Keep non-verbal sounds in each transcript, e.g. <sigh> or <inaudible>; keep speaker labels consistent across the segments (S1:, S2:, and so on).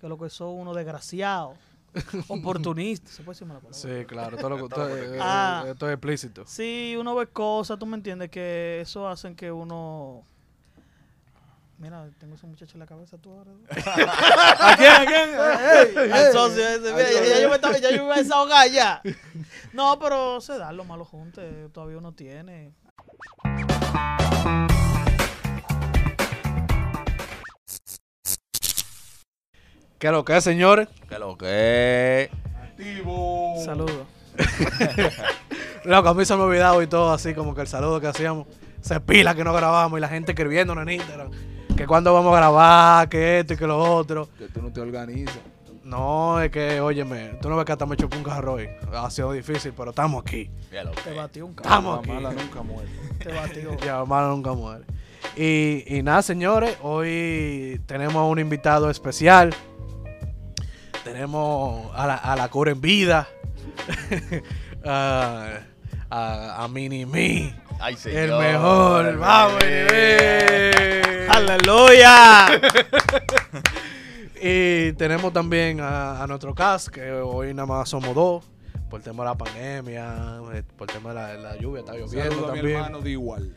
S1: que lo que son unos
S2: <laughs>
S1: desgraciados, oportunistas. ¿Se puede decir mala palabra?
S2: Sí, claro, todo lo, todo, eh,
S1: Ah.
S2: eh, esto es explícito.
S1: Sí, uno ve cosas, tú me entiendes, que eso hacen que uno... Mira, tengo ese muchacho en la cabeza tú
S2: <laughs>
S1: ahora.
S2: ¿A quién? ¿A quién?
S1: Al socio ese, mira, ya, ya yo me estaba, ya yo me iba a desahogar
S2: <laughs>
S1: ya. No, pero se dan los malos juntos, eh, todavía uno tiene.
S2: <laughs> ¿Qué lo que es, señores?
S3: Que lo que.
S1: Saludos.
S2: Loco, a mí se me ha olvidado y todo así, como que el saludo que hacíamos. Se pila que no grabamos y la gente escribiéndonos en Instagram. Que cuándo vamos a grabar, que esto y que lo otro.
S3: Que tú no te organizas.
S2: No, es que, óyeme, tú no ves que hasta me chocó un carro hoy. Ha sido difícil, pero estamos aquí.
S3: Que lo
S1: Te
S3: que.
S1: batió un carro,
S2: Estamos aquí.
S4: nunca muere.
S1: te
S2: <laughs>
S1: batió.
S2: Ya, hermano, nunca muere. Y, y nada, señores, hoy tenemos a un invitado especial. Tenemos a la, a la cura en vida. <laughs> a, a, a Mini Me.
S3: Ay,
S2: El mejor. Vamos, Mini Me.
S1: ¡Aleluya!
S2: <laughs> Y tenemos también a, a nuestro cast, que hoy nada más somos dos. Por el tema de la pandemia, eh, por el tema de la, la lluvia, está lloviendo
S4: Saludo a mi
S2: también.
S4: hermano de igual.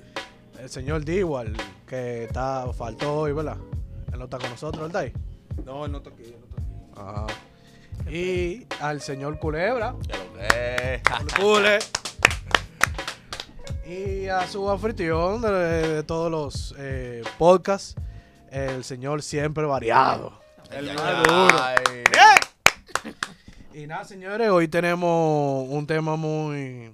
S2: El señor Dewal, que está, faltó hoy, ¿verdad? Él no está con nosotros, ¿verdad?
S4: No, él no está aquí, él no está aquí.
S2: Ajá. Y al señor Culebra.
S3: Que lo que.
S2: Cule. Y a su anfitrión de, de todos los eh, podcasts, el señor siempre variado.
S3: <laughs>
S4: El
S3: Ay,
S4: más
S3: ay,
S4: duro.
S3: ay.
S2: Y nada, señores, hoy tenemos un tema muy,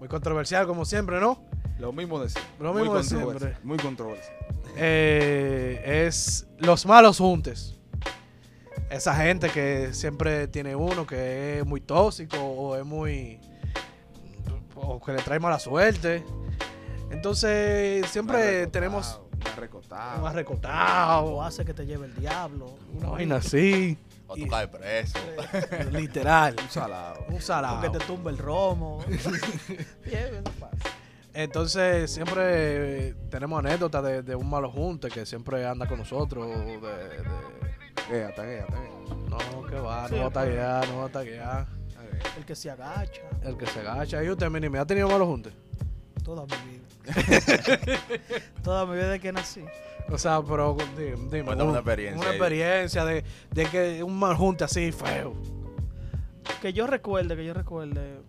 S2: muy controversial, como siempre, ¿no?
S4: Lo mismo de siempre.
S2: Lo mismo
S4: muy
S2: de siempre.
S4: controversial, Muy controversial.
S2: Eh, es los malos juntes. Esa gente que siempre tiene uno que es muy tóxico o es muy. o que le trae mala suerte. Entonces,
S4: pues,
S2: siempre tenemos
S4: Más
S2: un
S4: recotado.
S1: O
S2: arrecotado,
S1: hace que te lleve el diablo.
S2: una
S1: <laughs>
S2: vaina así, <laughs>
S3: O tú caes <laughs> preso.
S2: literal.
S4: Un salado.
S2: Un
S1: O
S2: salado.
S1: que te tumbe el
S2: <laughs>
S1: romo. Bien, eso pasa.
S2: Entonces, siempre eh, tenemos anécdotas de, de un malo junte que siempre anda con nosotros. De, de-
S4: Taguea, taguea, taguea.
S2: no, que va,
S1: Sí,
S2: no va
S1: pero-
S2: a taguear, no va a taguear.
S4: Taguea.
S1: El que se agacha.
S2: El que se agacha. ¿Y usted, mini, me ha tenido malos juntes?
S1: Toda mi vida. Toda mi vida de que nací.
S2: O sea, pero di- dime.
S3: Cuéntame una experiencia
S2: Una
S3: ahí.
S2: experiencia de, de que un mal junte así feo.
S1: Que yo recuerde, que yo recuerde.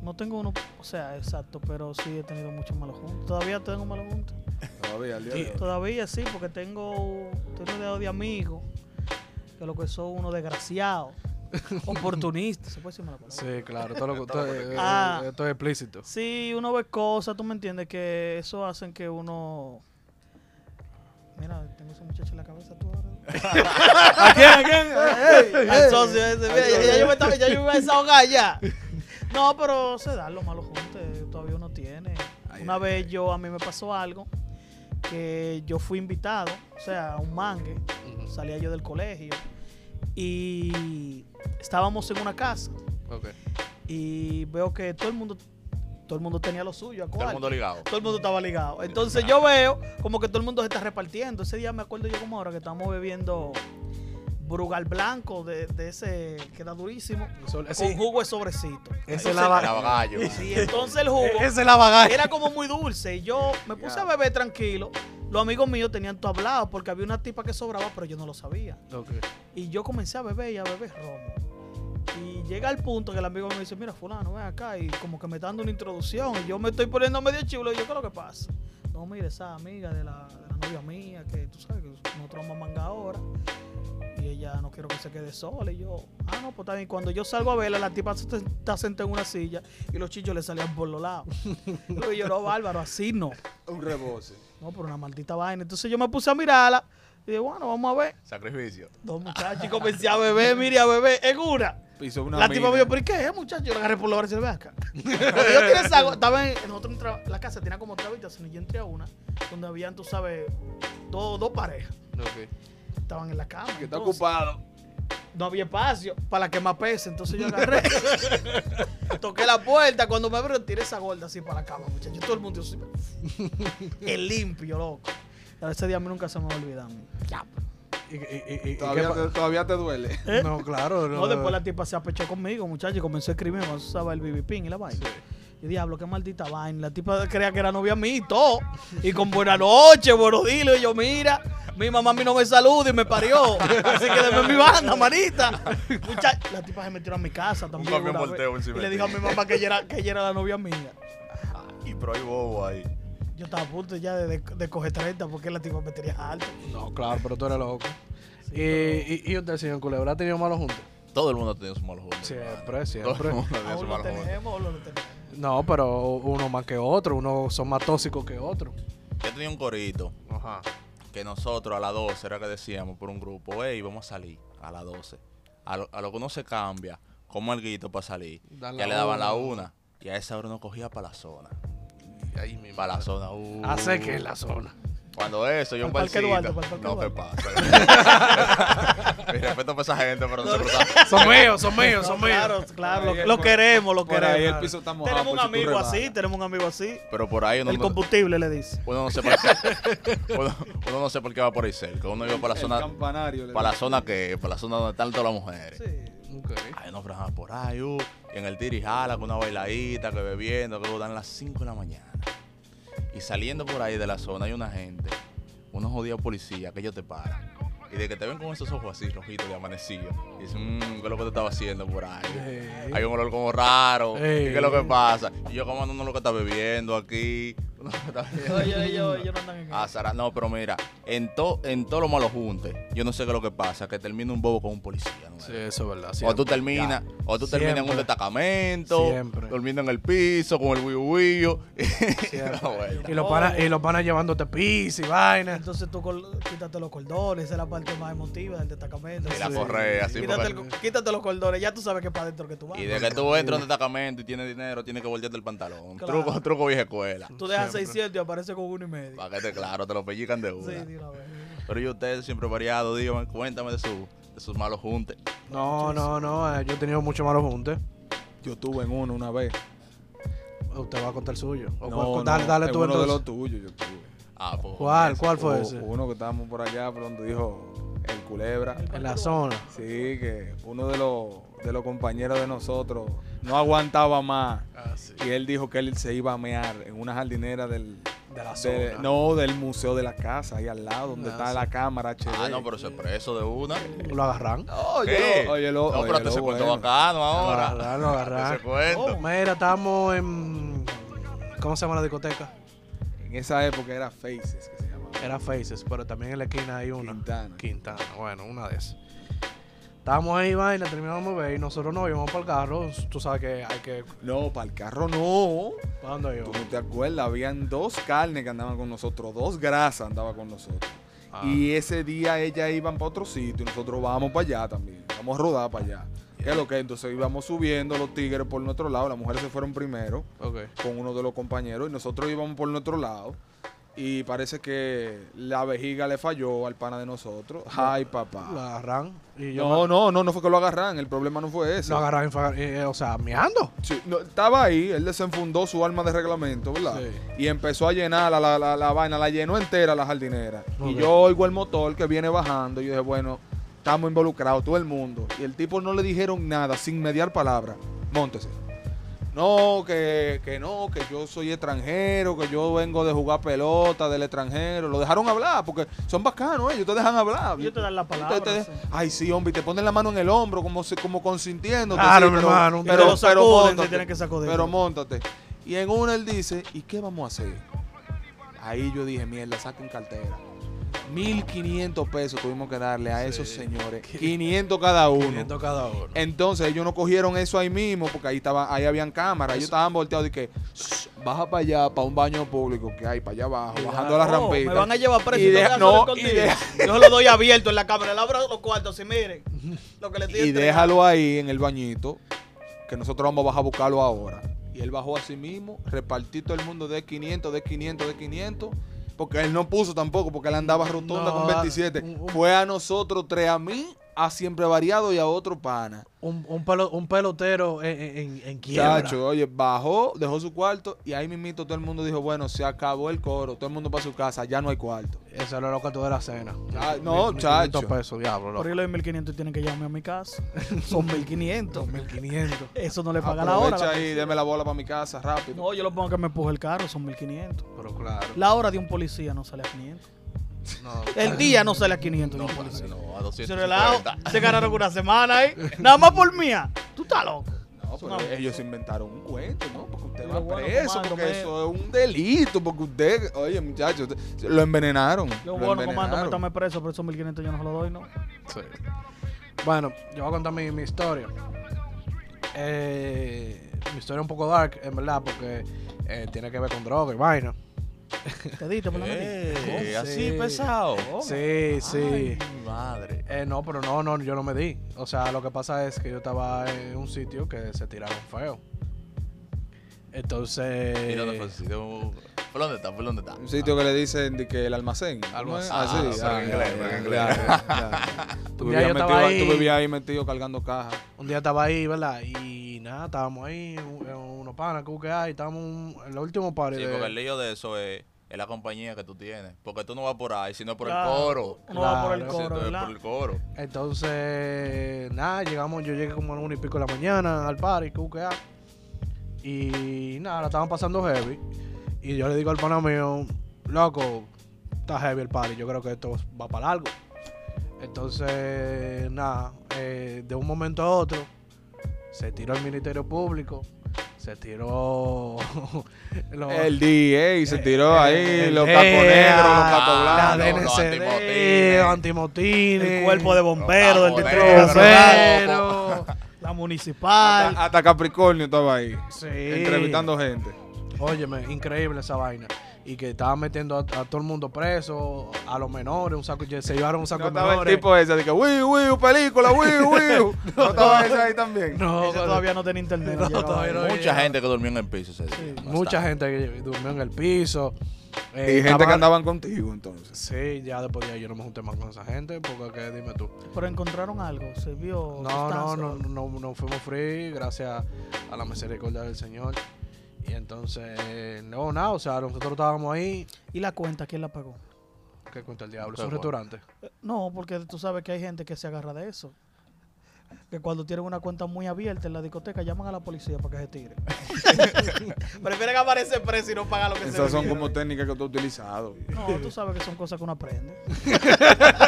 S1: No tengo uno, o sea, exacto, pero sí he tenido muchos malos juntos. Todavía tengo malos juntos.
S4: Todavía, al día
S2: Sí.
S4: de hoy.
S1: Todavía sí, porque tengo, tengo un dedo de amigos que lo que son unos desgraciados, oportunistas. ¿Se puede decir mala palabra?
S2: Sí, claro. Todo lo, todo, eh,
S1: Ah.
S2: eh, esto es explícito.
S1: Sí, uno ve cosas, tú me entiendes, que eso hacen que uno... Mira, tengo ese muchacho en la cabeza tú ahora.
S2: <laughs> ¿A quién? ¿A quién?
S1: Al socio ese, mira, ya, ya yo me estaba, ya yo me iba a desahogar
S4: <laughs>
S1: ya. No, pero se dan los malos juntos, eh, todavía uno tiene.
S4: Ay,
S1: Una
S4: ay,
S1: vez yo, a mí me pasó algo, que yo fui invitado, o sea, a un mangue, salía yo del colegio, y estábamos en una casa,
S2: Ok.
S1: y veo que todo el mundo, todo el mundo tenía lo suyo, ¿a
S3: Todo el
S1: cuál?
S3: mundo ligado.
S1: todo el mundo estaba ligado. Entonces yo veo como que todo el mundo se está repartiendo. Ese día me acuerdo yo como ahora que estábamos bebiendo Brugal Blanco de, de ese que era durísimo.
S2: Eso-
S1: Con
S2: ese-
S1: jugo de sobrecito.
S2: ese
S1: Entonces-
S2: lava-
S3: Era gallo.
S1: Sí, entonces el jugo
S2: <laughs> Ese es la bagaje.
S1: era como muy dulce. Y yo me puse a beber tranquilo. Los amigos míos tenían todo hablado porque había una tipa que sobraba, pero yo no lo sabía.
S2: Ok.
S1: Y yo comencé a beber y a beber romo. Y llega el punto que el amigo me dice, mira, fulano, ven acá. Y como que me está dando una introducción. Y yo me estoy poniendo medio chulo. Y yo, ¿qué es lo que pasa? No, mire, esa amiga de la, de la novia mía, que tú sabes que nosotros vamos a manga ahora. Y ella no quiero que se quede sola. Y yo, ah, no, pues también. Cuando yo salgo a verla, la tipa se- está sentada en una silla y los chichos le salían por los lados. y yo, no, bárbaro, así no.
S4: Un reboce.
S1: No, por una maldita vaina. Entonces yo me puse a mirarla. Y dije, bueno, vamos a ver.
S3: Sacrificio.
S1: Dos muchachos y comencé a beber, mire, a beber, en una.
S4: Pisó una
S1: la tipa me
S4: mina.
S1: dijo, ¿pero y qué es, muchacho? Yo la agarré por la hora y se ve acá. Porque yo tiré esa, estaba en, nosotros entra- la casa tenía como tres habitaciones, yo entré a una, donde habían, tú sabes, dos, dos parejas.
S2: Ok.
S1: Estaban en la cama.
S4: Que está
S1: entonces,
S4: ocupado.
S1: No había espacio para la que más pese, entonces yo agarré. <laughs> toqué la puerta, cuando me abrió, tiré esa gorda así para la cama, muchachos. Todo el mundo, yo,
S4: <laughs>
S1: el limpio, loco. Ese día a mí nunca se me va a olvidar. a mí.
S2: ¿Y, y- y- y- y
S4: Todavía,
S2: qué pa-
S4: te, todavía te duele.
S1: ¿Eh?
S2: No, claro.
S1: No, después pues
S3: eh,
S1: la tipa se apechó conmigo, muchacho, y comenzó a escribirme cuando se usaba el BBPing y la vaina. Y diablo, qué maldita vaina. La tipa creía que era novia mía y todo. Y con buena noche, buenos días. Y yo, mira, mi mamá a mí no me saluda y me parió. Así que déme mi banda, manita. Muchacho, la tipa se metió a mi casa también.
S3: camión
S1: una vez.
S3: volteo encima
S1: y
S3: de
S1: le dijo a
S3: ti.
S1: mi mamá que ella era, que ella era la novia mía.
S3: Y pro y bobo ahí.
S1: Yo estaba a punto ya de, de, de coger 30 porque la tipa me tenía alto.
S2: No, claro, pero tú eres loco. y, y, y usted, señor Culebra, ha tenido malos juntos.
S3: Todo el mundo tiene su mal juntos. <laughs>
S2: Siempre,
S3: Todo
S2: siempre.
S3: el mundo tiene su
S1: Aún lo
S3: mal juntos.
S1: tenemos, lo tenemos.
S2: No, pero uno más que otro, uno son más tóxicos que otro.
S3: Yo tenía un corito
S2: Ajá.
S3: que nosotros a las 12 era que decíamos por un grupo, hey, vamos a salir a las 12. A lo, a lo que uno se cambia, como el guito para salir.
S2: Da la
S3: ya le daban la
S2: una.
S3: una. Y a esa hora uno cogía para la zona.
S2: Ahí mismo.
S3: Para la zona. uh.
S2: Hace que es la zona.
S3: Cuando eso, yo un
S1: Pa'l Parque
S3: parcito.
S1: Duarte, pa'l Parque
S3: No, ¿qué
S1: Duarte.
S3: pasa? <laughs> Mi respeto para esa gente, pero no se cruzaba.
S2: <laughs> Son míos, son míos,
S1: No,
S2: son
S1: claro,
S2: míos.
S1: claro,
S4: Ahí
S1: lo,
S4: es
S1: lo
S4: por-
S1: queremos, lo
S4: por ahí
S1: queremos.
S4: el
S1: claro.
S4: piso está mojado
S1: tenemos un
S4: por "Ah, pues, si
S1: amigo
S4: tú rebajas.
S1: así, tenemos un amigo así.
S3: Pero por ahí uno,
S1: El
S3: no,
S1: combustible le dice.
S3: uno no sé por qué. Uno, uno no sé por qué va por ahí cerca. Uno iba para la
S4: El
S3: zona.
S4: campanario. le
S3: Para la
S4: digo.
S3: zona que. Para la zona donde están todas las mujeres.
S2: Ok.
S3: Ay, no franjas por ahí, uh, y en el tiri jala con una bailadita, que bebiendo, que dan las 5 de la mañana. Y saliendo por ahí de la zona hay una gente, unos jodidos policías que ellos te paran. Y de que te ven con esos ojos así, rojitos, de amanecido, y dicen, mmm, ¿qué es lo que tú estabas haciendo por ahí?
S2: Ey.
S3: Hay un olor como raro, ¿y ¿qué es lo que
S2: Ey.
S3: pasa? Y yo, como no lo que está bebiendo aquí, <laughs> uno lo que está bebiendo.
S1: no andan en
S3: Ah, Sara, no, pero mira, en todo en todo lo malo junte, yo no sé qué es lo que pasa, que termina un bobo con un policía. ¿no?
S2: Sí, eso es verdad.
S3: O tú
S2: siempre.
S3: terminas,
S2: Ya.
S3: o tú terminas en un
S2: Siempre.
S3: destacamento,
S2: Siempre.
S3: durmiendo en el piso con el <laughs> huihuillo. No, bueno.
S2: Y los panas y los panas llevándote pis y vainas.
S1: Entonces tú col- quítate los cordones, esa es la parte más emotiva del destacamento.
S3: Y la
S1: Sí.
S3: correa, así,
S1: quítate,
S3: porque-
S1: el co- quítate los cordones, ya tú sabes que es para adentro que tú vas.
S3: Y de que tú entras en un destacamento y tienes dinero, tienes que voltearte el pantalón.
S1: Claro.
S3: Truco, truco vieja escuela.
S1: Tú dejas
S2: Siempre.
S1: 600 y aparece con uno y medio.
S3: Para que te claro, te lo pellican de
S1: Sí,
S3: una.
S1: de una vez.
S3: Pero yo ustedes siempre variado, díganme, cuéntame de, su, de sus malos juntes.
S2: No, no, no. eh, Yo he tenido muchos malos juntes.
S4: Yo tuve en uno una vez.
S2: Usted va a contar el suyo. O
S4: No,
S2: puedes
S4: no,
S2: contar- pues, dale,
S4: en
S2: tú
S4: uno de
S2: entonces.
S4: los tuyos yo tuve.
S3: Ah, pues.
S2: ¿Cuál? ¿Cuál fue
S4: Hubo-
S2: ese?
S4: Uno que estábamos por allá, por donde dijo el culebra.
S2: En la zona.
S4: Sí, que uno de los, de los compañeros de nosotros no aguantaba más.
S2: Ah,
S4: Y él dijo que él se iba a mear en una jardinera del...
S2: De la
S4: de-
S2: zona.
S4: no, del museo de la casa, ahí al lado, donde
S2: Ah,
S4: está
S2: sí.
S4: la cámara, HD.
S3: Ah, no, pero se preso de una.
S2: Lo agarran.
S3: ¿Qué?
S4: óyelo, óyelo,
S3: no, pero te se cuento
S4: bueno.
S3: bacano
S2: Lo
S1: Ah,
S3: ahora.
S2: agarran, lo
S3: Te
S2: agarran.
S3: se cuento.
S2: Mira, estamos en. ¿Cómo se llama la discoteca?
S4: En esa época era Faces, que se llamaba.
S2: Era Faces, pero también en la esquina hay una.
S4: Quintana.
S2: Quintana, bueno, una de esas. Estábamos ahí, vaina, terminamos de ver y nosotros nos íbamos para el carro. Tú sabes que hay que.
S4: No, para el carro no.
S2: ¿Para dónde
S4: Tú
S2: íbamos?
S4: no te acuerdas, habían dos carnes que andaban con nosotros, dos grasas andaban con nosotros.
S2: Ah.
S4: Y ese día ellas iban para otro sitio y nosotros vamos para allá también. Vamos a rodar para allá. ¿Qué es lo que? Entonces íbamos subiendo los tigres por nuestro lado, las mujeres se fueron primero
S2: Ok.
S4: con uno de los compañeros y nosotros íbamos por nuestro lado. Y parece que la vejiga le falló al pana de nosotros. Ay,
S2: Lo
S4: papá.
S2: agarran. Y yo
S4: No, no, no, no fue que lo agarran. El problema no fue ese.
S2: Lo agarran, en fa- eh, eh, o sea, meando.
S4: Sí, no, estaba ahí, él desenfundó su arma de reglamento, ¿verdad?
S2: Sí.
S4: Y empezó a llenar la, la, la, la vaina, la llenó entera la jardinera. Y
S2: Ok.
S4: yo oigo el motor que viene bajando. Y yo dije, bueno, estamos involucrados, todo el mundo. Y el tipo no le dijeron nada, sin mediar palabra. Móntese. No, que, que no, que yo soy extranjero, que yo vengo de jugar pelota del extranjero. Lo dejaron hablar, porque son bacanos, ellos te dejan hablar.
S1: Ellos te dan la
S4: Te- te-
S1: palabra, sí.
S4: Ay, sí, hombre, y te ponen la mano en el hombro, como, si- como consintiendo.
S2: Claro, mi hermano.
S1: Y te lo sacuden, te tienen que sacudir.
S4: Pero montate. Y en una él dice, ¿y qué vamos a hacer? Ahí yo dije, mierda, saquen cartera. 1.500 pesos tuvimos que darle a
S1: <laughs>
S4: esos señores. 500 cada uno.
S2: 500 cada uno.
S4: Entonces ellos no cogieron eso ahí mismo porque ahí estaba, ahí habían cámaras, ellos estaban volteados y que "Shh, baja para allá, para un baño público que hay para allá abajo, bajando a la
S1: No,
S4: rampita.
S1: Me van a llevar preso.
S4: Y
S1: Y
S4: deja-
S1: no,
S4: no, y deja-
S1: Yo lo doy abierto en la cámara. Le abro los cuartos así, miren. Lo que le estoy
S4: y
S1: entregando.
S4: déjalo ahí en el bañito, que nosotros vamos a bajar a buscarlo ahora. Y él bajó a sí mismo, repartí todo el mundo de 500, de 500, de 500, porque él no puso tampoco, porque él andaba rotonda
S2: No,
S4: con 27.
S2: un- un-
S4: Fue a nosotros tres, a mí, a siempre variado y a otro pana.
S2: Un, un, pelo- un pelotero en, en- en, en quiebra.
S4: Chacho, oye, bajó, dejó su cuarto y ahí mismito todo el mundo dijo, bueno, se acabó el coro, todo el mundo para su casa, ya no hay cuarto.
S2: Eso es lo loco de la cena.
S4: Ya, no, chacho.
S2: 500 pesos, diablo.
S1: Por
S2: loco.
S1: ahí los 1500 tienen que llamarme a mi casa. Son 1500.
S2: 1500.
S1: Eso no le paga la hora.
S4: Aprovecha
S1: la
S4: ahí,
S1: policía.
S4: deme la bola para mi casa, rápido.
S1: No, yo lo pongo que me empuje el carro, son 1500.
S2: Pero claro.
S1: La hora de un policía no sale a 500.
S2: No,
S1: El día no sale a 500 de
S3: No, pues,
S1: un policía.
S3: no, a
S1: Oh. Se relajo,
S3: 250.
S1: se ganaron una semana ahí. Nada más por mía. Tú estás loco.
S4: No, pero
S1: No.
S4: ellos inventaron un cuento, ¿no? Porque usted
S1: Pero
S4: va
S1: bueno,
S4: preso,
S1: comando,
S4: porque
S1: me-
S4: eso es un delito, porque usted, oye, muchachos, lo envenenaron.
S1: Yo,
S4: lo
S1: bueno, comando, me
S4: envenenaron.
S1: tomé preso, pero esos 1500 yo no se los doy, ¿no?
S2: Sí. Bueno, yo voy a contar mi, mi historia. Eh, mi historia es un poco dark, en verdad, porque eh, tiene que ver con droga y vaina.
S1: Te diste por la nariz.
S3: Eh,
S2: Oh,
S3: así
S2: sí.
S3: pesado.
S2: Sí, sí.
S3: Mi madre.
S2: Eh, no, pero no, no, yo no me di. O sea, lo que pasa es que yo estaba en un sitio que se tiraron feo. Entonces.
S3: Mira, no, Francisco, ¿Por dónde está? ¿Por dónde está?
S4: Un sitio que le dicen de que el almacén.
S2: Algo
S4: ¿Cómo es?
S2: así.
S3: Ah,
S4: Ah, sí.
S3: pero en inglés, pero en inglés.
S4: <laughs> Tú
S2: Ya, yo
S4: vivías
S2: estaba
S4: metido-
S2: ahí.
S4: tú vivías ahí metido cargando cajas.
S2: Un día estaba ahí, ¿verdad? Y nada, estábamos ahí, un- en unos panas que busqué ahí, estábamos en el último party.
S3: Sí,
S2: de-
S3: porque el lío de eso es, es la compañía que tú tienes. Porque tú no vas por ahí, sino por
S1: Claro.
S3: el coro.
S1: Uno va por el
S2: Claro.
S3: Sí,
S1: coro,
S3: entonces,
S1: ¿verdad?
S3: por el coro.
S2: Entonces, nada, llegamos, yo llegué como a la una y pico de la mañana al party, que busqué ahí. Y nada, la estaban pasando heavy. Y yo le digo al pana mío, loco, está heavy el party, yo creo que esto va para largo. Entonces, nada, eh, de un momento a otro, se tiró el Ministerio Público, se tiró los-
S4: El DA se tiró
S2: eh,
S4: ahí,
S2: el
S4: los
S2: DEA,
S4: capos negros, los capos
S2: la
S3: Ah,
S4: blancos.
S3: no, los
S2: DNCD,
S3: antimotines.
S2: antimotines,
S1: El cuerpo de bomberos del
S3: Los
S1: distrito
S3: bomberos.
S1: nacional,
S2: Pero-
S1: la municipal.
S4: Hasta, hasta Capricornio estaba ahí,
S2: Sí.
S4: entrevistando gente.
S2: Óyeme, increíble esa vaina. Y que estaban metiendo a, a todo el mundo preso, a los menores, un saco, se llevaron un
S4: No
S2: saco de
S4: estaba el
S2: menores.
S4: tipo ese de que, wiu, wiu, película, wiu, <laughs> wiu. No estaba ese ahí también.
S2: No,
S1: Ese todavía no tenía internet.
S2: No,
S1: llegaba
S2: todavía no.
S1: ahí.
S3: Mucha gente que durmió en el piso ese día. bastante. <laughs>
S2: mucha gente que durmió en el piso. Eh,
S4: Y gente
S2: estaban-
S4: que andaban contigo entonces.
S2: Sí, ya después de ahí yo no me junté más con esa gente, porque que, dime tú.
S1: Pero encontraron algo, se vio.
S2: No, no, no, no, no fuimos free, gracias a la misericordia del Señor. Y entonces, no, nada, o sea, nosotros estábamos ahí,
S1: ¿Y la cuenta quién la pagó?
S2: que cuenta el diablo, es
S3: Tal
S2: un
S3: cual.
S2: restaurante.
S1: Eh, No, porque tú sabes que hay gente que se agarra de eso. Que cuando tienen una cuenta muy abierta en la discoteca llaman a la policía para que se
S4: <laughs>
S1: tire. Prefieren aparecer preso y no pagar lo que
S4: Esas son como técnicas que tú has utilizado.
S1: No, tú sabes que son cosas que uno aprende.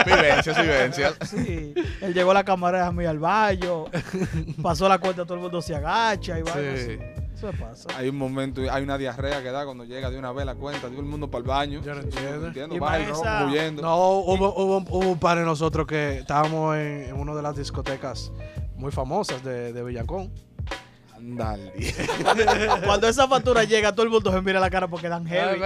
S3: Vivencias, vivencias.
S1: Sí. <laughs> Él llegó a la camarera mía al baño, pasó la cuenta, todo el mundo se agacha y va.
S2: Sí.
S1: Eso pasa.
S4: Hay un momento, hay una diarrea que da cuando llega de una vez la cuenta, todo el mundo para el baño.
S2: Yo no entiendo.
S4: entiendo,
S1: Y
S4: va el
S1: más
S4: rojo
S1: esa-
S4: huyendo.
S2: No, hubo, hubo, un- hubo un par de nosotros que estábamos en, en una de las discotecas muy famosas de, de Villacón.
S4: Andale.
S1: Cuando esa factura llega, todo el mundo se mira la cara porque dan heavy.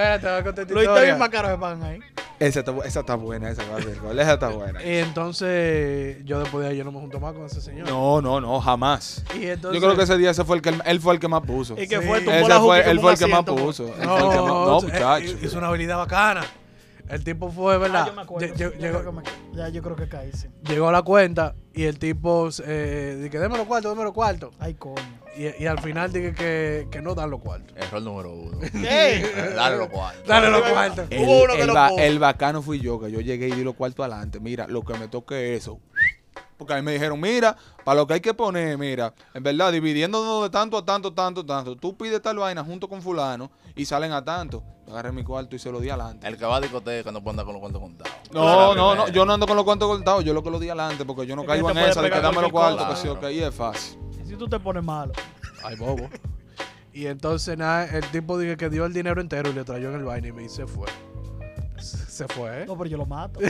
S1: Los historias más
S2: Y
S1: caros se pagan ahí.
S4: Esa está, bu- esa está buena, esa va a ser gol, Esa está buena.
S1: Eh,
S2: entonces yo después de ahí yo no me junto más con ese señor.
S4: No, no, no, jamás.
S2: Y entonces,
S4: Yo creo que ese día ese fue el que él fue el que más puso.
S1: Y que
S2: Sí.
S1: fue, tumbó
S4: Ese
S1: la
S4: fue-
S1: juca y
S4: él
S1: como
S4: fue
S1: un
S4: el que más
S1: asiento, pues.
S4: puso. Él fue el que más-
S2: No,
S4: No,
S2: eh,
S4: muchacho.
S2: hizo una habilidad bacana. El tipo fue, ¿verdad?
S1: Ah, yo me acuerdo,
S2: Lle-
S1: sí, yo
S2: lle-
S1: creo
S2: llegó,
S1: que me- ya yo creo que caí, sí.
S2: llegó a la cuenta y el tipo eh, dije, déme los cuartos, déme los cuartos.
S1: Ay, coño.
S2: Y, y al final dije que, que no dan los cuartos.
S3: Error número uno.
S1: ¡Ey!
S3: Dale los cuartos.
S2: Dale los cuartos.
S4: El,
S1: Hubo uno que
S4: el
S1: lo
S4: ba-
S1: puso.
S4: el bacano fui yo, que yo llegué y di los cuartos adelante. Mira, lo que me toque es eso. Porque a mí me dijeron, mira, para lo que hay que poner, mira, en verdad, dividiéndonos de tanto a tanto, tanto, tanto. Tú pides tal vaina junto con fulano y salen a tanto. Yo agarré mi cuarto y se lo di adelante.
S3: El que va a discoteca no puede andar con los cuantos contados.
S4: No,
S3: Esa es la
S4: no, no,
S3: primera.
S4: yo no ando con los cuantos cortados, yo lo que lo di adelante, porque yo no
S1: Es que
S4: caigo
S1: te
S4: en
S1: puede
S4: esa de que
S1: pegar
S4: dame los
S1: cualquier
S4: cuartos, que sí,
S3: cosa.
S4: ok, y es fácil.
S1: Si tú te pones malo.
S2: Ay, bobo. y entonces, nada, el tipo dije que dio el dinero entero y le trayó en el vaina y me dice, se fue. <laughs> Se se fue, ¿eh?
S1: No, pero yo lo mato.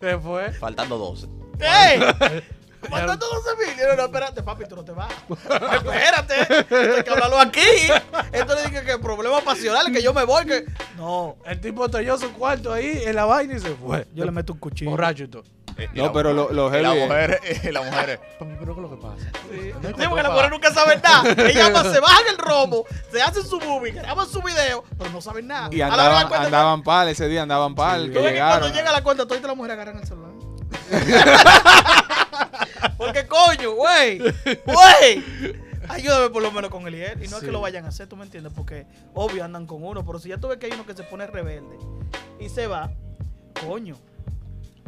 S2: Se fue.
S3: Faltando 12.
S1: <laughs> ¡Ey! Manda todos los mil. No, no, espérate, papi, tú no te vas. Espérate. Hay que hablarlo aquí. Esto le dije que problema pasional, que yo me voy. Que... No.
S2: El tipo trayó su cuarto ahí en la vaina y se fue.
S1: Yo le meto un cuchillo.
S2: Borracho y todo.
S3: Eh, y
S4: No,
S3: la-
S4: pero lo- los
S3: y las
S4: heavy-
S3: mujeres, y las mujeres.
S2: Papi, pero ¿qué es lo que pasa?
S1: Sí,
S2: No hay
S1: Sí,
S2: cuarto
S1: porque las
S2: pa-
S1: mujeres nunca saben nada. Ellas más se bajan el romo, se hacen su movie, graban su video, pero no saben nada.
S4: Y
S1: A la hora de la
S4: andaban,
S1: cuenta,
S4: andaban pal, ese día andaban pal,
S2: Sí.
S1: tú
S4: que
S1: ves que <laughs>
S4: llegaron.
S1: cuando llega la cuenta, todas las mujeres agarran el celular. güey, güey, ayúdame por lo menos con el IER. Y no es
S2: Sí.
S1: que lo vayan a hacer, tú me entiendes, porque obvio andan con uno, pero si ya tú ves que hay uno que se pone rebelde y se va, coño.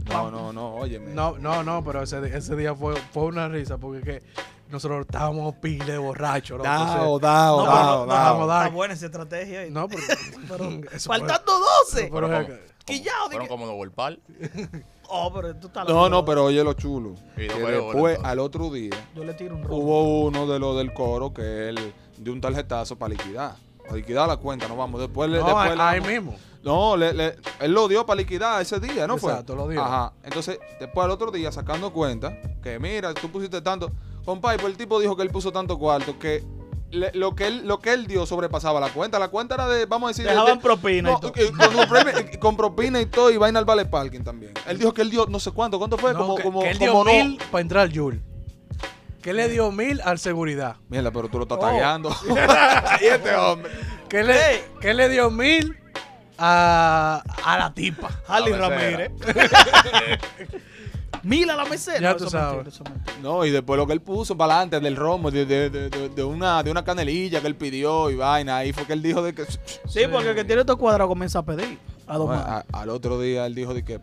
S4: No, no, no, óyeme.
S2: No, no, no, pero ese, ese día fue, fue una risa porque es que nosotros estábamos pile de borrachos. loco,
S4: Dao,
S2: o No, pero
S4: dao, dao,
S2: no,
S4: dao.
S2: no, no,
S1: Está
S2: Dark.
S1: buena esa estrategia.
S2: sea,
S1: y-
S2: No, <laughs> porque.
S1: pero
S2: eso fue-
S1: faltando 12.
S2: pero es que-
S1: Quillao,
S3: Fueron
S1: dije-
S3: como los golpar.
S1: Oh, pero tú estás
S4: No,
S1: loco.
S4: no, pero oye lo chulo.
S3: Y
S4: Que
S3: no fue gol,
S4: después,
S3: entonces.
S4: al otro día,
S1: Yo le tiro un robo.
S4: hubo uno de los del coro que él dio un tarjetazo para liquidar. Para liquidar la cuenta, no vamos. Después le.
S2: No,
S4: después
S2: ahí-
S4: le
S2: ahí
S4: damos-
S2: mismo.
S4: No, le- le- él lo dio para liquidar ese día, ¿no fue?
S2: Exacto, lo dio.
S4: Ajá. Entonces, después al otro día, sacando cuenta, que mira, tú pusiste tanto. Compadre, pues el tipo dijo que él puso tanto cuarto que. le- lo, que él, lo que él dio sobrepasaba la cuenta. La cuenta era de, vamos a decir, de-
S1: Dejaban
S4: de-
S1: propina
S4: no,
S1: y todo.
S4: eh, con, los premios- con propina y todo, y vaina al Vale Parking también. Él dijo que él dio no sé cuánto, ¿cuánto fue?
S2: No,
S4: como,
S2: que,
S4: como,
S2: que él
S4: como
S2: dio
S4: no.
S2: mil para entrar al Yul. Que él le dio mil al seguridad.
S4: Mierda, pero tú lo estás
S2: Oh.
S4: tallando. y este hombre.
S2: Que él le,
S1: Ey.
S2: que él le dio mil a, a la tipa.
S1: Harley
S3: La mesera.
S1: Ramírez.
S4: <laughs>
S1: Mila la mesera.
S2: Ya
S1: No,
S2: tú
S1: eso es mentira,
S2: sabes.
S1: eso es mentira.
S4: No, y después lo que él puso para adelante del romo, de, de- de- de- de una, de una canelilla que él pidió y vaina. Ahí fue que él dijo de que.
S1: Sí, porque el que tiene estos cuadrados comienza a pedir. A dos
S4: Bueno,
S1: más.
S3: ah,
S4: a- al otro día él dijo de que. Eh,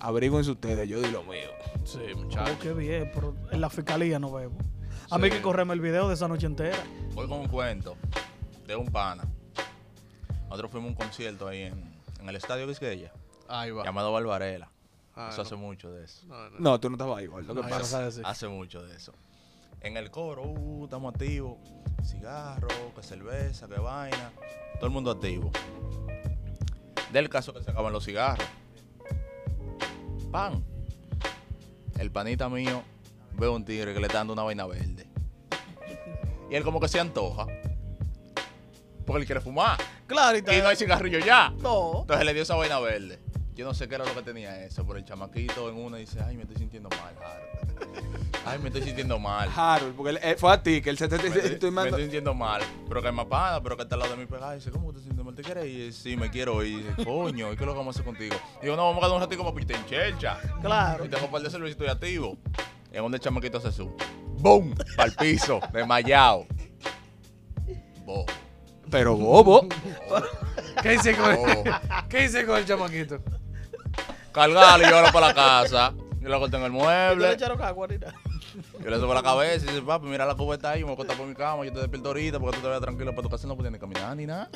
S4: abríguense ustedes, yo di lo mío.
S3: Sí,
S1: Oh, qué bien, pero en la fiscalía no vemos. A
S3: Sí.
S1: mí hay que correrme el video de esa noche entera.
S3: Voy con un cuento de un pana. Nosotros fuimos a un concierto ahí en, en el Estadio Vizqueya,
S2: Ahí va.
S3: llamado Valvarela.
S2: Ah,
S3: eso hace mucho de eso.
S2: No, no,
S4: No, tú no estabas ahí, gordo. ¿Qué
S2: no, yo no
S4: pasa?
S2: sé decir.
S3: Hace mucho de eso. En el coro, uh, estamos activos. Cigarro, que cerveza, que vaina. Todo el mundo activo. Del caso que se acaban los cigarros. Pan. El panita mío ve un tigre que le está dando una vaina verde. Y él como que se antoja. Porque él quiere fumar.
S1: Claro, y
S3: Y no hay cigarrillo ya.
S1: No.
S3: Entonces le dio esa vaina verde. Yo no sé qué era lo que tenía eso, pero el chamaquito en una dice, ay, me estoy sintiendo mal, Harold. Ay, me estoy sintiendo mal.
S4: Harold, porque él, eh, fue a ti, que él se te.
S3: Me
S4: te- te- estoy
S3: estoy, me
S4: mando-
S3: estoy sintiendo mal. Pero que me apaga, pero que está al lado de mí pegado. Dice, ¿cómo te sientes mal? ¿Te quieres ir? Sí, me quiero ir. Dice, coño, ¿y qué es lo que vamos a hacer contigo? Digo, no, vamos a dar un ratito para pichar en chelcha.
S1: Claro.
S3: Y tengo un par de servicios estoy activo. En donde el chamaquito se sube. ¡Bum! Para el piso, <laughs> desmayado. Bobo.
S4: Pero bobo.
S2: ¿Qué hice con
S3: Bobo.
S1: Oh.
S2: ¿Qué hice con el chamaquito?
S3: Cargalo y llevarlo para la casa. Yo lo corté en el
S1: Yo le
S3: mueble.
S1: echaron agua, ni nada.
S3: Yo le subo la cabeza y dice, papi, mira la cubeta ahí, me voy a acostar por mi cama, yo te despierto ahorita porque tú te veas tranquilo para tu casa no podías ni caminar ni nada.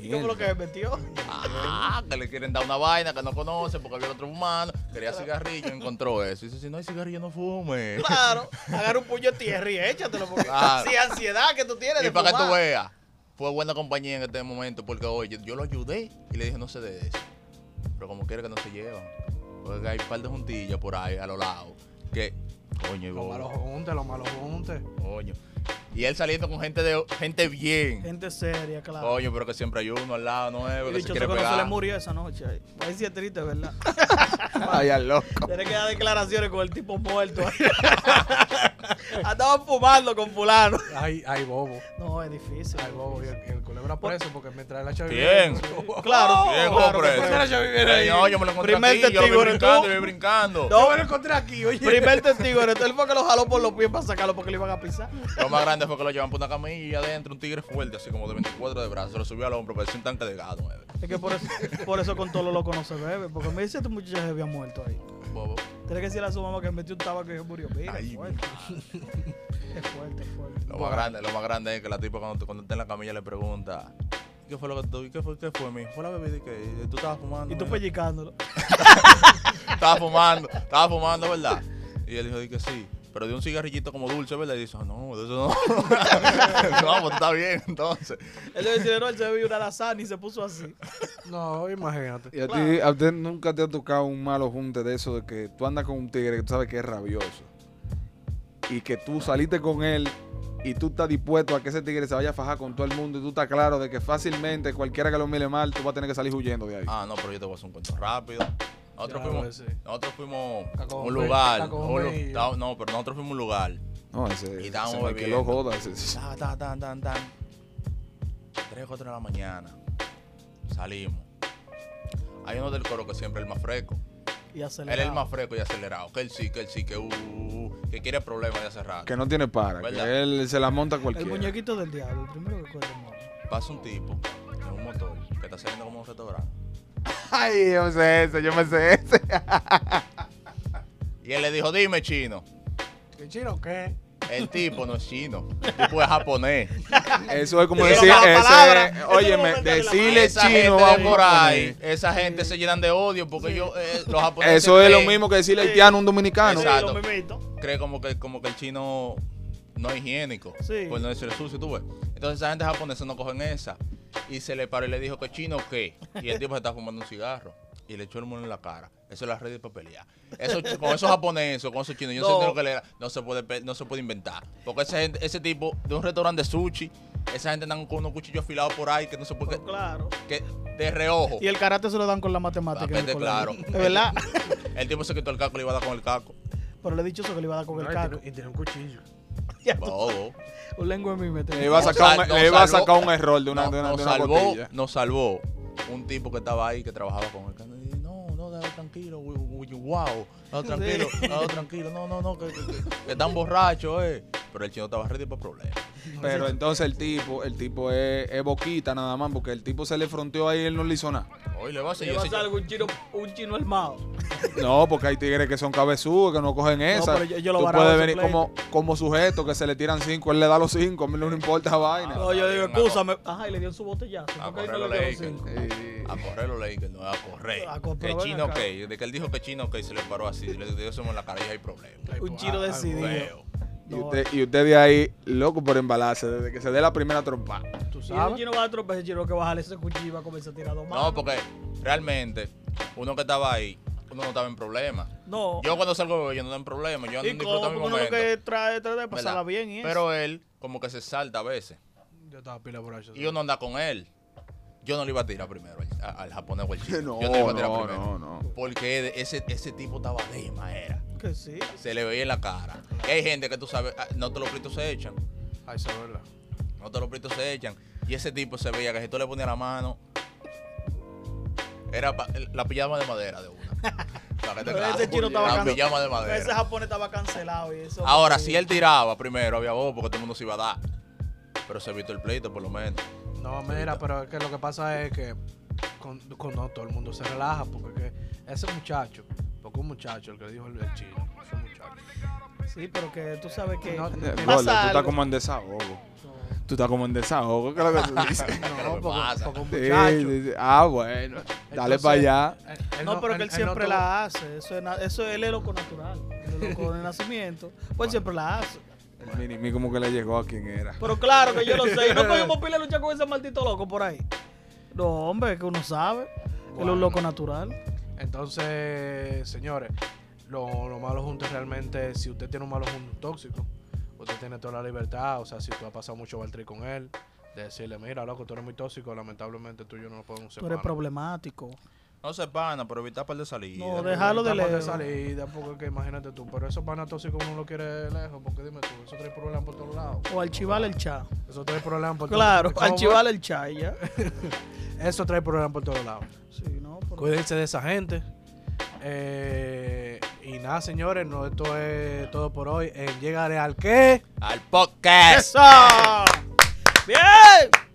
S1: ¿Y ¿Cómo lo que me
S3: <laughs>
S1: metió?
S3: Ah, que le quieren dar una vaina que no conoce porque había otro humano, quería cigarrillo, encontró eso. Y dice, si no hay cigarrillo
S1: <laughs>
S3: no fume.
S1: Claro. Agarra un puño de tierra y échatelo. Porque
S3: Claro.
S1: si ansiedad que tú tienes
S3: Y
S1: de
S3: para que tú
S1: fumar.
S3: veas, fue buena compañía en este momento porque, oye, yo lo ayudé y le dije, no sé de eso. Pero como quiera que no se llevan. Porque hay un par de juntillas por ahí a los lados que, coño, y
S2: Los malos
S3: bobo,
S2: juntes, los malos juntes.
S3: coño. Y él saliendo con gente de gente bien.
S1: Gente seria, claro.
S3: Coño, pero que siempre hay uno al lado nuevo
S1: Y
S3: que se
S1: dicho
S3: quiere
S1: eso que no se le
S3: pegar.
S1: murió esa noche. ahí. Ahí sí es triste,
S3: <laughs>
S1: ¿verdad?
S4: Ay, al loco.
S1: Tienes que dar declaraciones con el tipo muerto.
S3: <laughs>
S1: <laughs> Andaban fumando con fulano.
S2: Ay, ay, bobo.
S1: No, es difícil.
S2: Ay,
S1: es
S2: bobo. Y
S1: difícil.
S2: el, el culebra preso porque mientras la chavi.
S3: Bien.
S1: <laughs> Claro,
S3: Bien,
S1: claro, claro.
S3: hombre.
S2: Mientras la chavi viene ahí.
S3: Señor, yo me lo encontré
S1: Primer
S3: aquí, yo
S1: testigo
S3: lo
S1: eres
S3: vi brincando,
S1: tú.
S3: yo lo vi brincando.
S1: No.
S2: Yo me lo encontré aquí, oye.
S1: Primer testigo, eres tú. él fue que lo jaló por los pies para sacarlo porque le iban a pisar.
S3: Lo más grande fue que lo llevan por una camilla y adentro un tigre fuerte, así como de 24 de brazos. Lo subió al hombro, parecía un tanque de eh, gas, nueve.
S1: Es que por eso, por eso con todo lo loco no se bebe. Porque me dice este muchacho se había muerto ahí.
S3: Bobo.
S1: Tiene que decirle a su mamá que metió un tabaco y se murió. Mira,
S3: Ay,
S1: es fuerte. Es fuerte, es fuerte.
S3: Lo más grande, lo más grande es que la tipa cuando, cuando está en la camilla le pregunta, ¿qué fue lo que tú, qué fue, qué fue, mijo? Fue la bebida que tú estabas fumando.
S1: Y tú
S3: mijo?
S1: pellicándolo.
S3: estaba fumando, estaba fumando, ¿verdad? Y él dijo, di que sí, pero de un cigarrillito como dulce, ¿verdad? Y dice, "Ah, no, <laughs> de eso no. no, pues está bien, entonces.
S1: Él le dice, no, él se bebió una lazana y se puso así.
S2: No, imagínate.
S4: Y a ti, a usted nunca te ha tocado un malo junte de eso, de que tú andas con un tigre que tú sabes que es rabioso. Y que tú saliste con él y tú estás dispuesto a que ese tigre se vaya a fajar con todo el mundo y tú estás claro de que fácilmente cualquiera que lo mire mal, tú vas a tener que salir huyendo de ahí.
S3: Ah, no, pero yo te voy a hacer un cuento rápido. Nosotros
S2: Ya,
S3: fuimos,
S2: pues, sí.
S3: nosotros fuimos a
S2: Cacón
S3: un
S2: Fe-
S3: lugar.
S2: Cacón
S3: un lu-
S2: Fe y-
S3: ta- no, pero nosotros fuimos a un lugar.
S4: No, ese,
S3: Y estábamos
S4: ese me
S3: bebiendo.
S4: quedó joda. ese- ese-
S3: Ta, ta, tan, tan, tan. 3 o 4 de la mañana. Salimos. Hay uno del coro que siempre es el más fresco.
S1: Y
S3: Él es el
S1: acelerado.
S3: más fresco y acelerado. Que él sí, que él sí, que uh, uh, que quiere problemas de hace rato.
S4: Que no tiene para,
S3: ¿Verdad?
S4: que él se la monta
S1: El
S4: cualquiera.
S1: muñequito del diablo, el primero que coge el demonio.
S3: Pasa un tipo en un motor que está saliendo como un restaurante.
S4: Ay, yo me sé ese, yo me sé ese.
S3: Y él le dijo, dime chino.
S2: ¿Qué chino qué?
S3: El tipo no es chino. El tipo es
S4: <laughs>
S3: japonés.
S4: Eso es como
S3: Eso
S4: decir,
S3: no es la palabra,
S4: ese,
S1: eso no
S4: óyeme,
S1: es la
S4: decirle
S3: esa
S4: chino
S3: gente
S4: a
S3: de
S4: un
S3: por ahí,
S4: japonés.
S3: esa gente se llenan de odio porque ellos, eh, los japoneses.
S4: Eso es lo
S3: creen-
S4: mismo que decirle haitiano a un dominicano.
S3: Exacto.
S1: Sí, lo mismito.
S3: cree como que, como que el chino no es higiénico.
S1: Sí.
S3: Por no decir sucio, tú ves. Entonces esa gente japonesa no cogen esa. Y se le paró y le dijo que chino qué. Y el tipo se está fumando un cigarro. Y le echó el mono en la cara. Eso es la red de papelía. Eso, con esos japoneses, con esos chinos, yo no, sé
S1: No.
S3: lo que le era. No se puede, pe- no se puede inventar. Porque esa gente, ese tipo de un restaurante de sushi, esa gente andan con unos cuchillos afilados por ahí que no se puede.
S1: Pero claro.
S3: Que, de reojo.
S1: Y el karate se lo dan con la matemática. en el
S3: Vete
S1: colegio.
S3: Oh. claro.
S1: Es verdad.
S3: El tipo se quitó el caco y le iba a dar con el caco.
S1: Pero le he dicho eso que le iba a dar con el caco.
S2: Y tiene un cuchillo.
S1: Ya tú-
S3: Bobo.
S1: Un lengua en mi mete.
S4: Le iba a
S3: Nos
S4: sacar
S3: sal-
S4: un, e-
S3: nos
S4: le iba a
S3: salvó-
S4: sacar un error de una,
S3: No,
S4: de una,
S3: nos
S4: de una
S3: salvó,
S4: botella.
S3: Nos salvó un tipo que estaba ahí que trabajaba con él. que le dijo, No, no, dale tranquilo, gu- gu- gu- guau. Dale tranquilo, dale tranquilo. No, no, no, que, que- que-
S1: <laughs>
S3: que están borrachos, eh. Pero el chino estaba ready para problemas. <laughs>
S4: Pero entonces el tipo, el tipo es, es boquita nada más, porque el tipo se le fronteó ahí y él no le hizo nada.
S3: Hoy le va a
S1: Le
S3: seguir.
S1: iba a
S3: ese
S1: sacar un chino, un chino armado.
S4: No, porque hay tigres que son cabezudos, que no cogen esa.
S1: pero yo- yo lo
S4: Tú
S1: varaba
S4: puedes
S1: ese
S4: venir
S1: pleito.
S4: como, como sujeto que se le tiran cinco, él le da los cinco, a mí no me importa esa vaina.
S1: No, yo digo,
S3: bien, Ah, a cor-
S1: escúchame. Ajá, y le dio su botellazo. porque
S3: A
S1: ahí no
S3: correr
S1: le
S3: los
S1: quedó cinco.
S4: Eh,
S3: A correr los Lakers, no a correr.
S1: A correr,
S3: Que
S1: pero ven
S3: chino
S1: acá.
S3: que, de que él dijo que chino que se le paró así, le dio eso en la cara y hay problemas.
S1: Un chino
S2: Ay,
S1: decidido.
S3: Feo.
S4: y,
S1: No,
S4: usted, y usted de ahí, loco por embalarse, desde que se dé la primera trompa.
S2: ¿Tú
S1: Y el
S2: sabes?
S1: chino va a tropezar, el chino que va a bajar ese cuchillo y va a comenzar a tirar dos
S3: No,
S1: manos.
S3: porque realmente, uno que estaba ahí, uno no estaba en problemas.
S1: No.
S3: Yo cuando salgo bebé, yo no ando en problemas, yo ando
S1: y
S3: en
S1: como
S3: disfrutar mi
S1: porque uno lo
S3: momento.
S1: que trae, trae de pasarla
S3: ¿verdad?
S1: bien y eso.
S3: Pero él como que se salta a veces.
S2: Yo estaba pila borracho.
S3: Y uno anda con él. Yo no le iba a tirar primero al, a- al japonés o al
S4: <laughs>
S3: chino.
S4: No,
S3: yo no le iba a tirar
S4: no,
S3: primero.
S4: no, no.
S3: Porque de- ese, ese tipo estaba de era.
S1: que sí.
S3: Se le veía en la cara. Y hay gente que tú sabes, ah, no te los pritos se echan.
S2: Ay, eso es verdad.
S3: No te los pritos se echan. Y ese tipo se veía que si tú le ponías la mano, era pa- la pijama de madera
S1: <laughs>
S3: de una. Para que te
S1: Pero
S3: claro,
S1: ese chino estaba
S3: La
S1: can-
S3: pijama de
S1: Ese
S3: madera.
S1: japonés estaba cancelado y eso.
S3: Ahora,
S1: sí.
S3: si él tiraba primero, había bobo porque todo el mundo se iba a dar. Pero se evitó el pleito, por lo menos.
S2: No, mira, pero es que lo que pasa es que con, con- no, todo el mundo se relaja porque es que ese muchacho, porque un muchacho, el que dijo el, el chino, es un muchacho.
S1: Sí, pero que tú sabes que.
S2: No,
S1: No,
S2: no,
S4: Eh,
S1: Pasa
S4: Gordo, tú estás
S1: algo.
S4: como en desahogo. Tú estás como en desahogo, ¿qué es lo que tú
S3: <laughs>
S4: dices?
S3: lo que
S2: No, porque,
S3: pasa.
S2: porque un
S4: Sí,
S2: muchacho.
S4: sí, sí. Ah, bueno. Dale
S2: entonces,
S4: para allá.
S2: él- él
S1: no, pero que él, siempre
S2: tuvo-
S1: la hace. Eso es, na- eso él es loco natural. Él es loco de nacimiento. Pues él siempre la hace.
S4: El mini mí como que le llegó a quien era.
S1: Pero claro que yo lo sé. Y <laughs> no cogimos pila de lucha con ese maldito loco por ahí. No, hombre, que uno sabe. Él es
S2: Bueno.
S1: un loco natural.
S2: Entonces, señores, lo, lo malo junto es realmente, si usted tiene un malo junto tóxico, usted tiene toda la libertad, o sea, si tú has pasado mucho baltri con él, de decirle, mira, loco, tú eres muy tóxico, lamentablemente tú y yo no nos podemos
S1: Tú eres
S2: separar.
S1: problemático.
S3: No se pana, pero evitar par de salidas.
S1: No, déjalo de
S2: Estamos
S1: lejos.
S2: salida, porque es que imagínate tú, pero esos panas tóxicos uno lo quiere lejos, porque dime tú, eso trae problemas por todos lados.
S1: O archivar el chat.
S2: Eso trae problemas por todos
S1: Claro,
S2: ¿Cómo
S1: archivar el chat y ya.
S2: fue? Eso trae problemas por todos lados.
S1: Sí, no, pero-
S2: Cuídense de esa gente. Eh, y nada, señores, no, esto es todo por hoy. En Llegaré al qué.
S3: Al podcast.
S1: ¡Eso! ¡Bien!